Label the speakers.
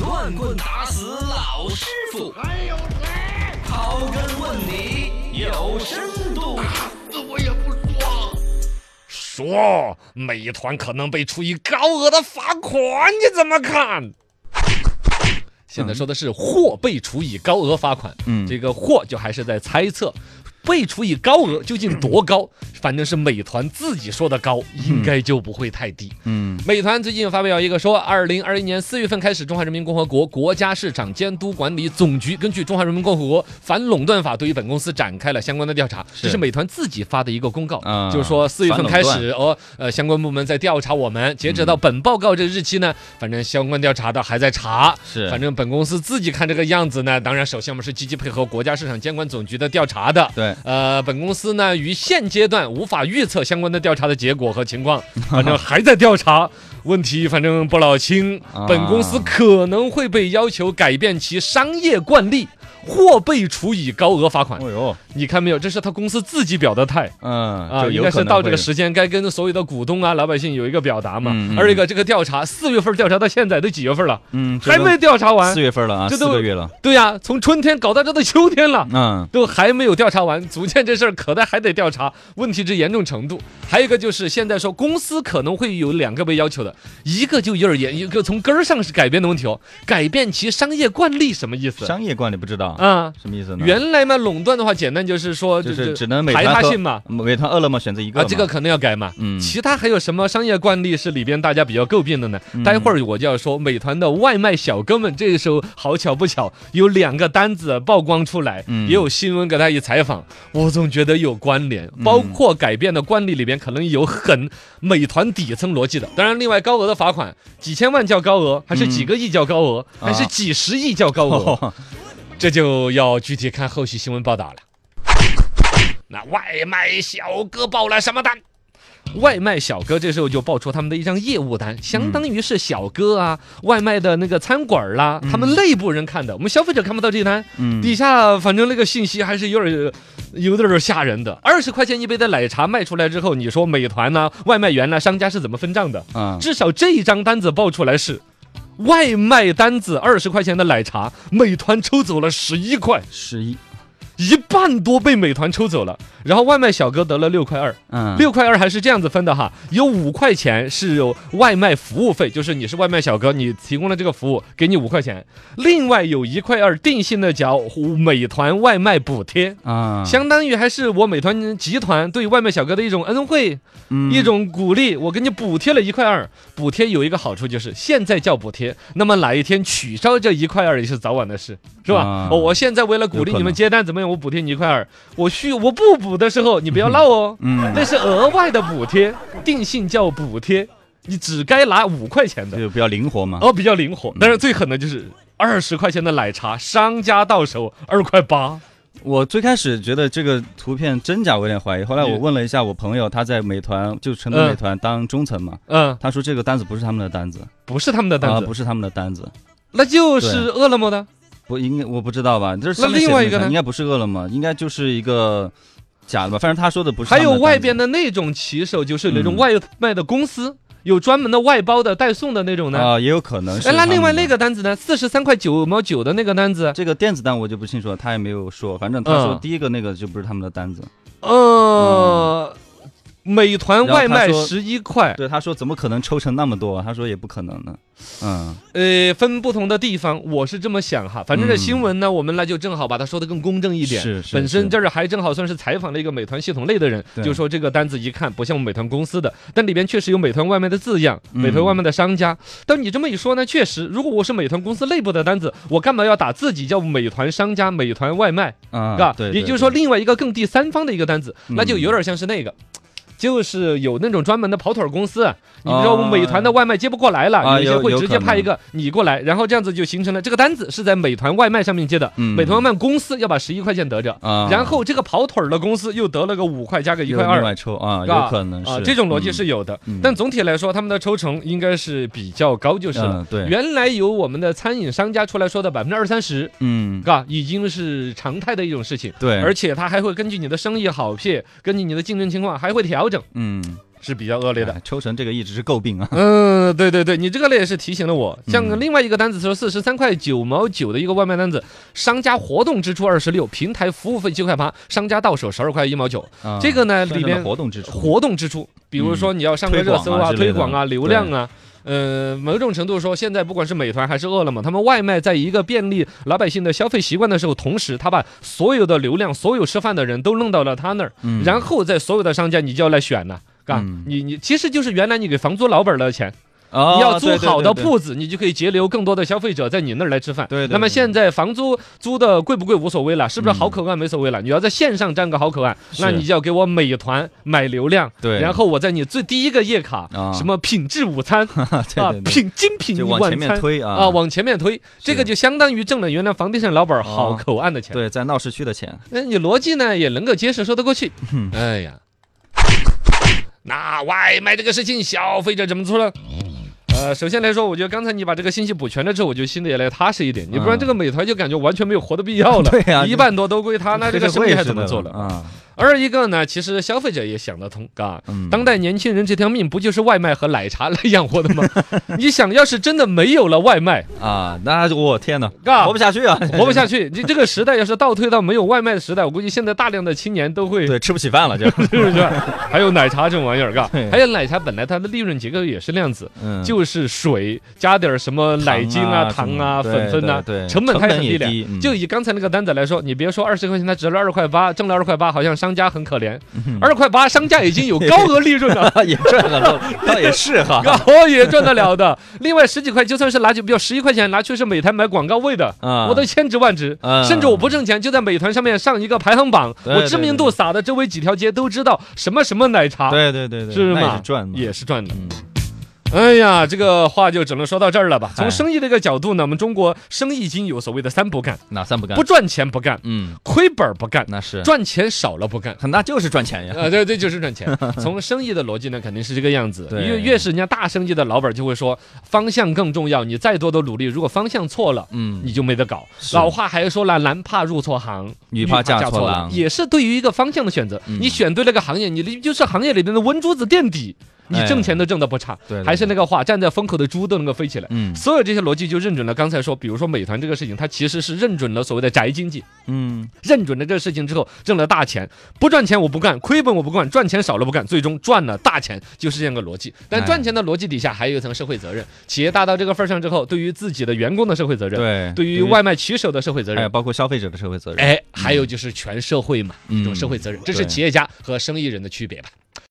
Speaker 1: 乱棍打死老师傅，还有谁？刨根问底有深度。
Speaker 2: 说美团可能被处以高额的罚款，你怎么看？现在说的是或被处以高额罚款，
Speaker 3: 嗯
Speaker 2: 这个或就还是在猜测，被处以高额究竟多高？反正是美团自己说的高，应该就不会太低。
Speaker 3: 嗯
Speaker 2: 美团最近发表一个说，二零二一年四月份开始，中华人民共和国国家市场监督管理总局根据《中华人民共和国反垄断法》对于本公司展开了相关的调查。这是美团自己发的一个公告，
Speaker 3: 啊
Speaker 2: 就是说四月份开
Speaker 3: 反
Speaker 2: 始，哦，呃，相关部门在调查我们。截
Speaker 3: 嗯
Speaker 2: 止到本报告这日期呢，反正相关调查的还在查。
Speaker 3: 是
Speaker 2: 反正本公司自己看这个样子呢，当然首先我们是积极配合国家市场监管总局的调查的。
Speaker 3: 对
Speaker 2: 呃，本公司呢于现阶段无法预测相关的调查的结果和情 况，反正还在调查。问题反正不老清
Speaker 3: 啊，
Speaker 2: 本公司可能会被要求改变其商业惯例，或被处以高额罚款。
Speaker 3: 呦，
Speaker 2: 你看没有？这是他公司自己表的态。
Speaker 3: 嗯
Speaker 2: 啊，
Speaker 3: 就
Speaker 2: 应
Speaker 3: 有
Speaker 2: 该是
Speaker 3: 可能
Speaker 2: 到这个
Speaker 3: 会
Speaker 2: 时间该跟所有的股东啊、老百姓有一个表达嘛。
Speaker 3: 嗯嗯
Speaker 2: 二一个，这个调查四月份调查到现在都几月份了，
Speaker 3: 嗯，这
Speaker 2: 还
Speaker 3: 都
Speaker 2: 没调查完
Speaker 3: 四。月份了啊，
Speaker 2: 这
Speaker 3: 四
Speaker 2: 都
Speaker 3: 个月了，
Speaker 2: 对呀、从春天搞到这都秋天了。
Speaker 3: 嗯
Speaker 2: 都还没有调查完，足见这事儿可能还得调查问题之严重程度。还有一个就是现在说公司可能会有两个被要求的，一个就有点严，一个从根儿上是改变的问题哦，改变其商业惯例什么意思？
Speaker 3: 商业惯例不知道
Speaker 2: 啊，
Speaker 3: 什么意思呢？
Speaker 2: 原来嘛垄断的话，简单就是说
Speaker 3: 就是只能美
Speaker 2: 排
Speaker 3: 团
Speaker 2: 他
Speaker 3: 和
Speaker 2: 性嘛。
Speaker 3: 美嗯团、饿了么选择一个
Speaker 2: 啊，
Speaker 3: 嘛，
Speaker 2: 这个可能要改嘛。
Speaker 3: 嗯
Speaker 2: 其他还有什么商业惯例是里边大家比较诟病的呢？
Speaker 3: 嗯
Speaker 2: 待会儿我就要说美团的外卖小哥们，这个时候好巧不巧，有两个单子曝光出来，
Speaker 3: 嗯
Speaker 2: 也有新闻给他一采访，我总觉得有关联，
Speaker 3: 嗯
Speaker 2: 包括改变的惯例里边可能有很美团底层逻辑的。当然，另外高额的罚款，几千万叫高额，还是几个亿叫高额，
Speaker 3: 啊
Speaker 2: 还是几十亿叫高额，
Speaker 3: 嗯哦
Speaker 2: 这就要具体看后续新闻报道了。那外卖小哥爆了什么单？外卖小哥这时候就爆出他们的一张业务单，相当于是小哥啊、外卖的那个餐馆儿啦，他们内部人看的，我们消费者看不到这一单。
Speaker 3: 嗯
Speaker 2: 底下反正那个信息还是有点儿有点儿吓人的。二十块钱一杯的奶茶卖出来之后，你说美团呐、外卖员呐、啊商家是怎么分账的？
Speaker 3: 啊，
Speaker 2: 至少这一张单子爆出来是。外卖单子二十块钱的奶茶，美团抽走了十一块，
Speaker 3: 十一，
Speaker 2: 一半多被美团抽走了。然后外卖小哥得了六块二，
Speaker 3: 嗯，
Speaker 2: 六块二还是这样子分的哈，有五块钱是有外卖服务费，就是你是外卖小哥，你提供了这个服务，给你五块钱，另外有一块二定性的缴美团外卖补贴。
Speaker 3: 啊，
Speaker 2: 相当于还是我美团集团对外卖小哥的一种恩惠，
Speaker 3: 嗯
Speaker 2: 一种鼓励。我给你补贴了一块二，补贴有一个好处就是现在叫补贴，那么哪一天取消这一块二也是早晚的事，是吧
Speaker 3: 啊？
Speaker 2: 哦，我现在为了鼓励
Speaker 3: 有可
Speaker 2: 你们
Speaker 3: 能
Speaker 2: 接单怎么样，我补贴你一块二，我需我不补的时候你不要闹哦，
Speaker 3: 嗯，
Speaker 2: 那是额外的补贴，定性叫补贴，你只该拿五块钱的，
Speaker 3: 就比较灵活嘛，
Speaker 2: 哦，比较灵活。但是最狠的就是二十块钱的奶茶，商家到手二块八。
Speaker 3: 我最开始觉得这个图片真假我有点怀疑，后来
Speaker 2: 你
Speaker 3: 我问了一下我朋友，他在美团就成都
Speaker 2: 嗯
Speaker 3: 美团当中层嘛，
Speaker 2: 嗯，
Speaker 3: 他说这个单子不是他们的单子
Speaker 2: 不是他们的单
Speaker 3: 啊，
Speaker 2: 子，
Speaker 3: 不是他们的单子，
Speaker 2: 那就是饿了么的。
Speaker 3: 不应该我不知道吧？这上
Speaker 2: 另
Speaker 3: 面写的
Speaker 2: 外
Speaker 3: 美
Speaker 2: 一个
Speaker 3: 团
Speaker 2: 呢
Speaker 3: 应该不是饿了么，应该就是一个假的吧？反正他说的不是他
Speaker 2: 还
Speaker 3: 们的
Speaker 2: 有
Speaker 3: 单子。
Speaker 2: 外边的那种骑手，就是那种
Speaker 3: 嗯
Speaker 2: 外卖的公司，有专门的外包的代送的那种呢。
Speaker 3: 啊，也有可能是
Speaker 2: 哎，那
Speaker 3: 他们
Speaker 2: 另外那
Speaker 3: 的
Speaker 2: 个单子呢？四十三块九毛九的那个单子，
Speaker 3: 这个电子单我就不清楚了，他也没有说，反正他说
Speaker 2: 嗯
Speaker 3: 第一个那个就不是他们的单子。
Speaker 2: 呃，美团外卖
Speaker 3: 嗯然后他说
Speaker 2: 十一块，
Speaker 3: 对，他说怎么可能抽成那么多啊？他说也不可能的。嗯
Speaker 2: 呃，分不同的地方，我是这么想哈。反正这
Speaker 3: 嗯
Speaker 2: 新闻呢，我们那就正好把它说的更公正一点。
Speaker 3: 是是
Speaker 2: 本身
Speaker 3: 是
Speaker 2: 这儿还正好算是采访了一个美团系统内的人，
Speaker 3: 对
Speaker 2: 就说这个单子一看不像我们美团公司的，但里边确实有美团外卖的字样，美团
Speaker 3: 嗯
Speaker 2: 外卖的商家。但你这么一说呢，确实，如果我是美团公司内部的单子，我干嘛要打自己叫美团商家、美团外卖，
Speaker 3: 啊，
Speaker 2: 是吧？
Speaker 3: 对，
Speaker 2: 也
Speaker 3: 对
Speaker 2: 就是说，，另外一个更第三方的一个单子，
Speaker 3: 嗯
Speaker 2: 那就有点像是那个。就是有那种专门的跑腿儿公司，啊你比如说我们美团的外卖接不过来了，
Speaker 3: 啊
Speaker 2: 有一些
Speaker 3: 有
Speaker 2: 会
Speaker 3: 有
Speaker 2: 直接
Speaker 3: 可
Speaker 2: 派一
Speaker 3: 能
Speaker 2: 个你过来，然后这样子就形成了这个单子是在美团外卖上面接的，
Speaker 3: 嗯
Speaker 2: 美团外卖公司要把十一块钱得着，
Speaker 3: 啊
Speaker 2: 然后这个跑腿儿的公司又得了个五块加个一块
Speaker 3: 又
Speaker 2: 二
Speaker 3: 另，外抽啊，
Speaker 2: 是吧
Speaker 3: 有可能
Speaker 2: 啊
Speaker 3: 是，
Speaker 2: 这种逻辑
Speaker 3: 嗯
Speaker 2: 是有的。
Speaker 3: 嗯
Speaker 2: 但总体来说，他们的抽成应该是比较高，就是了。
Speaker 3: 嗯对，
Speaker 2: 原来由我们的餐饮商家出来说的百分之二三十，
Speaker 3: 嗯
Speaker 2: 嘎，已经是常态的一种事情。
Speaker 3: 对，
Speaker 2: 而且它还会根据你的生意好撇，根据你的竞争情况还会调整。
Speaker 3: 嗯
Speaker 2: 是比较恶劣的。
Speaker 3: 哎抽成这个一直是诟病啊。
Speaker 2: 嗯，对对对，你这个类也是提醒了我。像
Speaker 3: 嗯
Speaker 2: 另外一个单子是四十三块九毛九的一个外卖单子，商家活动支出二十六，平台服务费七块八，商家到手十二块一毛九。
Speaker 3: 啊
Speaker 2: 这个呢
Speaker 3: 算
Speaker 2: 里
Speaker 3: 成了
Speaker 2: 边
Speaker 3: 活动支出，
Speaker 2: 活动支出，比如说你要上个
Speaker 3: 推
Speaker 2: 热
Speaker 3: 广
Speaker 2: 搜
Speaker 3: 啊
Speaker 2: 啊、
Speaker 3: 之类
Speaker 2: 推
Speaker 3: 的
Speaker 2: 广啊、流量啊。呃，某种程度说，现在不管是美团还是饿了么，他们外卖在一个便利老百姓的消费习惯的时候，同时他把所有的流量、所有吃饭的人都弄到了他那儿，
Speaker 3: 嗯
Speaker 2: 然后在所有的商家你就要来选了、嘎，
Speaker 3: 嗯
Speaker 2: 你你其实就是原来你给房租老板的钱，
Speaker 3: 哦
Speaker 2: 你要租
Speaker 3: 对对
Speaker 2: 好的
Speaker 3: 对对
Speaker 2: 铺子，你就可以截留更多的消费者在你那儿来吃饭。
Speaker 3: 对对对嗯
Speaker 2: 那么现在房租租的贵不贵无所谓了，是不是好口岸没所谓了？你要在线上占个好口岸，
Speaker 3: 是
Speaker 2: 那你就要给我美团买流量，
Speaker 3: 对
Speaker 2: 然后我在你最第一个页卡
Speaker 3: 啊，
Speaker 2: 什么品质午餐
Speaker 3: 对
Speaker 2: 啊
Speaker 3: 对，对
Speaker 2: 品精品
Speaker 3: 就
Speaker 2: 晚
Speaker 3: 往前
Speaker 2: 餐
Speaker 3: 面推啊
Speaker 2: 啊，往前面推，这
Speaker 3: 是
Speaker 2: 个就相当于挣了原来房地产老板好
Speaker 3: 哦
Speaker 2: 口岸的钱。
Speaker 3: 对，在闹市区的钱，
Speaker 2: 那你逻辑呢也能够结实说得过去。
Speaker 3: 嗯
Speaker 2: 哎呀，那外卖这个事情，消费者怎么说呢？呃，首先来说，我觉得刚才你把这个信息补全了之后，我就心里也来踏实一点。你不然
Speaker 3: 嗯
Speaker 2: 这个美团就感觉完全没有活的必要了。
Speaker 3: 对呀
Speaker 2: 一半多都归他，那这个生意还怎么做了？
Speaker 3: 啊？
Speaker 2: 二一个呢，其实消费者也想得通，嘎。
Speaker 3: 嗯，
Speaker 2: 当代年轻人这条命不就是外卖和奶茶来养活 的吗？你想要是真的没有了外卖，
Speaker 3: 啊，那就我天哪，
Speaker 2: 嘎
Speaker 3: 活不下去啊，
Speaker 2: 活不下去。你这个时代要是倒退到没有外卖的时代，我估计现在大量的青年都会
Speaker 3: 对，吃不起饭 了就，
Speaker 2: 是不是？还有奶茶这种玩意儿，嘎
Speaker 3: 对，
Speaker 2: 还有奶茶本来它的利润结构也是那样子，
Speaker 3: 嗯
Speaker 2: 就是水加点儿什么奶精啊、糖
Speaker 3: 糖啊
Speaker 2: 啊、
Speaker 3: 什
Speaker 2: 粉
Speaker 3: 么
Speaker 2: 分呐
Speaker 3: 对对，对
Speaker 2: 成本它也很低
Speaker 3: 成本也低
Speaker 2: 廉。
Speaker 3: 嗯
Speaker 2: 就以刚才那个单子来说，你别说二十块钱，它值了二块八，挣了二块八，好像商家很可怜。
Speaker 3: 嗯
Speaker 2: 二块八，商家已经有高额利润 了。
Speaker 3: 也赚了，倒也是 哈，
Speaker 2: 我也赚得了的。另外十几块，就算是拿去，比如十一块钱拿去是美团买广告位的，
Speaker 3: 啊
Speaker 2: 我都千值万值。
Speaker 3: 啊
Speaker 2: 甚至我不挣钱，就在美团上面上一个排行榜，
Speaker 3: 对
Speaker 2: 我知名度撒的周围几条街都知道什么什么奶茶，
Speaker 3: 对对对对，
Speaker 2: 啊是
Speaker 3: 那也
Speaker 2: 吗？
Speaker 3: 是赚嘛，
Speaker 2: 也是赚的。
Speaker 3: 嗯
Speaker 2: 哎呀，这个话就只能说到这儿了吧。从
Speaker 3: 哎
Speaker 2: 生意这个角度呢，我们中国生意已经有所谓的三不干：
Speaker 3: 哪三不干？
Speaker 2: 不，赚钱不干，
Speaker 3: 嗯，
Speaker 2: 亏本儿不干，
Speaker 3: 那是，
Speaker 2: 赚钱少了不干。
Speaker 3: 那就是赚钱呀，
Speaker 2: 啊，对对，就是 赚钱。从生意的逻辑呢，肯定是这个样子。
Speaker 3: 对
Speaker 2: 越越是人家大生意的老板就会说，方向更重要。你再多的努力，如果方向错了。
Speaker 3: 嗯，
Speaker 2: 你就没得搞。
Speaker 3: 是
Speaker 2: 老话还说了，男怕入错行，
Speaker 3: 女怕嫁错郎
Speaker 2: 也是对于一个方向的选择。
Speaker 3: 嗯
Speaker 2: 你选对了个行业，你你就是行业里边的文珠子垫底，你
Speaker 3: 哎
Speaker 2: 挣钱都挣得不差。
Speaker 3: 对对
Speaker 2: 还是那个话，站在风口的猪都能够飞起来。
Speaker 3: 嗯
Speaker 2: 所有这些逻辑就认准了刚才说，比如说美团这个事情，它其实是认准了所谓的宅经济。
Speaker 3: 嗯，
Speaker 2: 认准了这个事情之后，挣了大钱，不赚钱我不干，亏本我不干，赚钱少了不干，最终赚了大钱，就是这样个逻辑。但
Speaker 3: 哎
Speaker 2: 赚钱的逻辑底下还有一层社会责任，企业大到这个份儿上之后，对于自己的员工的社会责任，
Speaker 3: 对，
Speaker 2: 对于外卖骑手的社会责
Speaker 3: 还有
Speaker 2: 任。
Speaker 3: 哎
Speaker 2: 哎
Speaker 3: 包括消费者的社会责任，
Speaker 2: 哎，还有就是全社会嘛，一种
Speaker 3: 嗯
Speaker 2: 社会责任，这是
Speaker 3: 对
Speaker 2: 企业家和生意人的区别吧？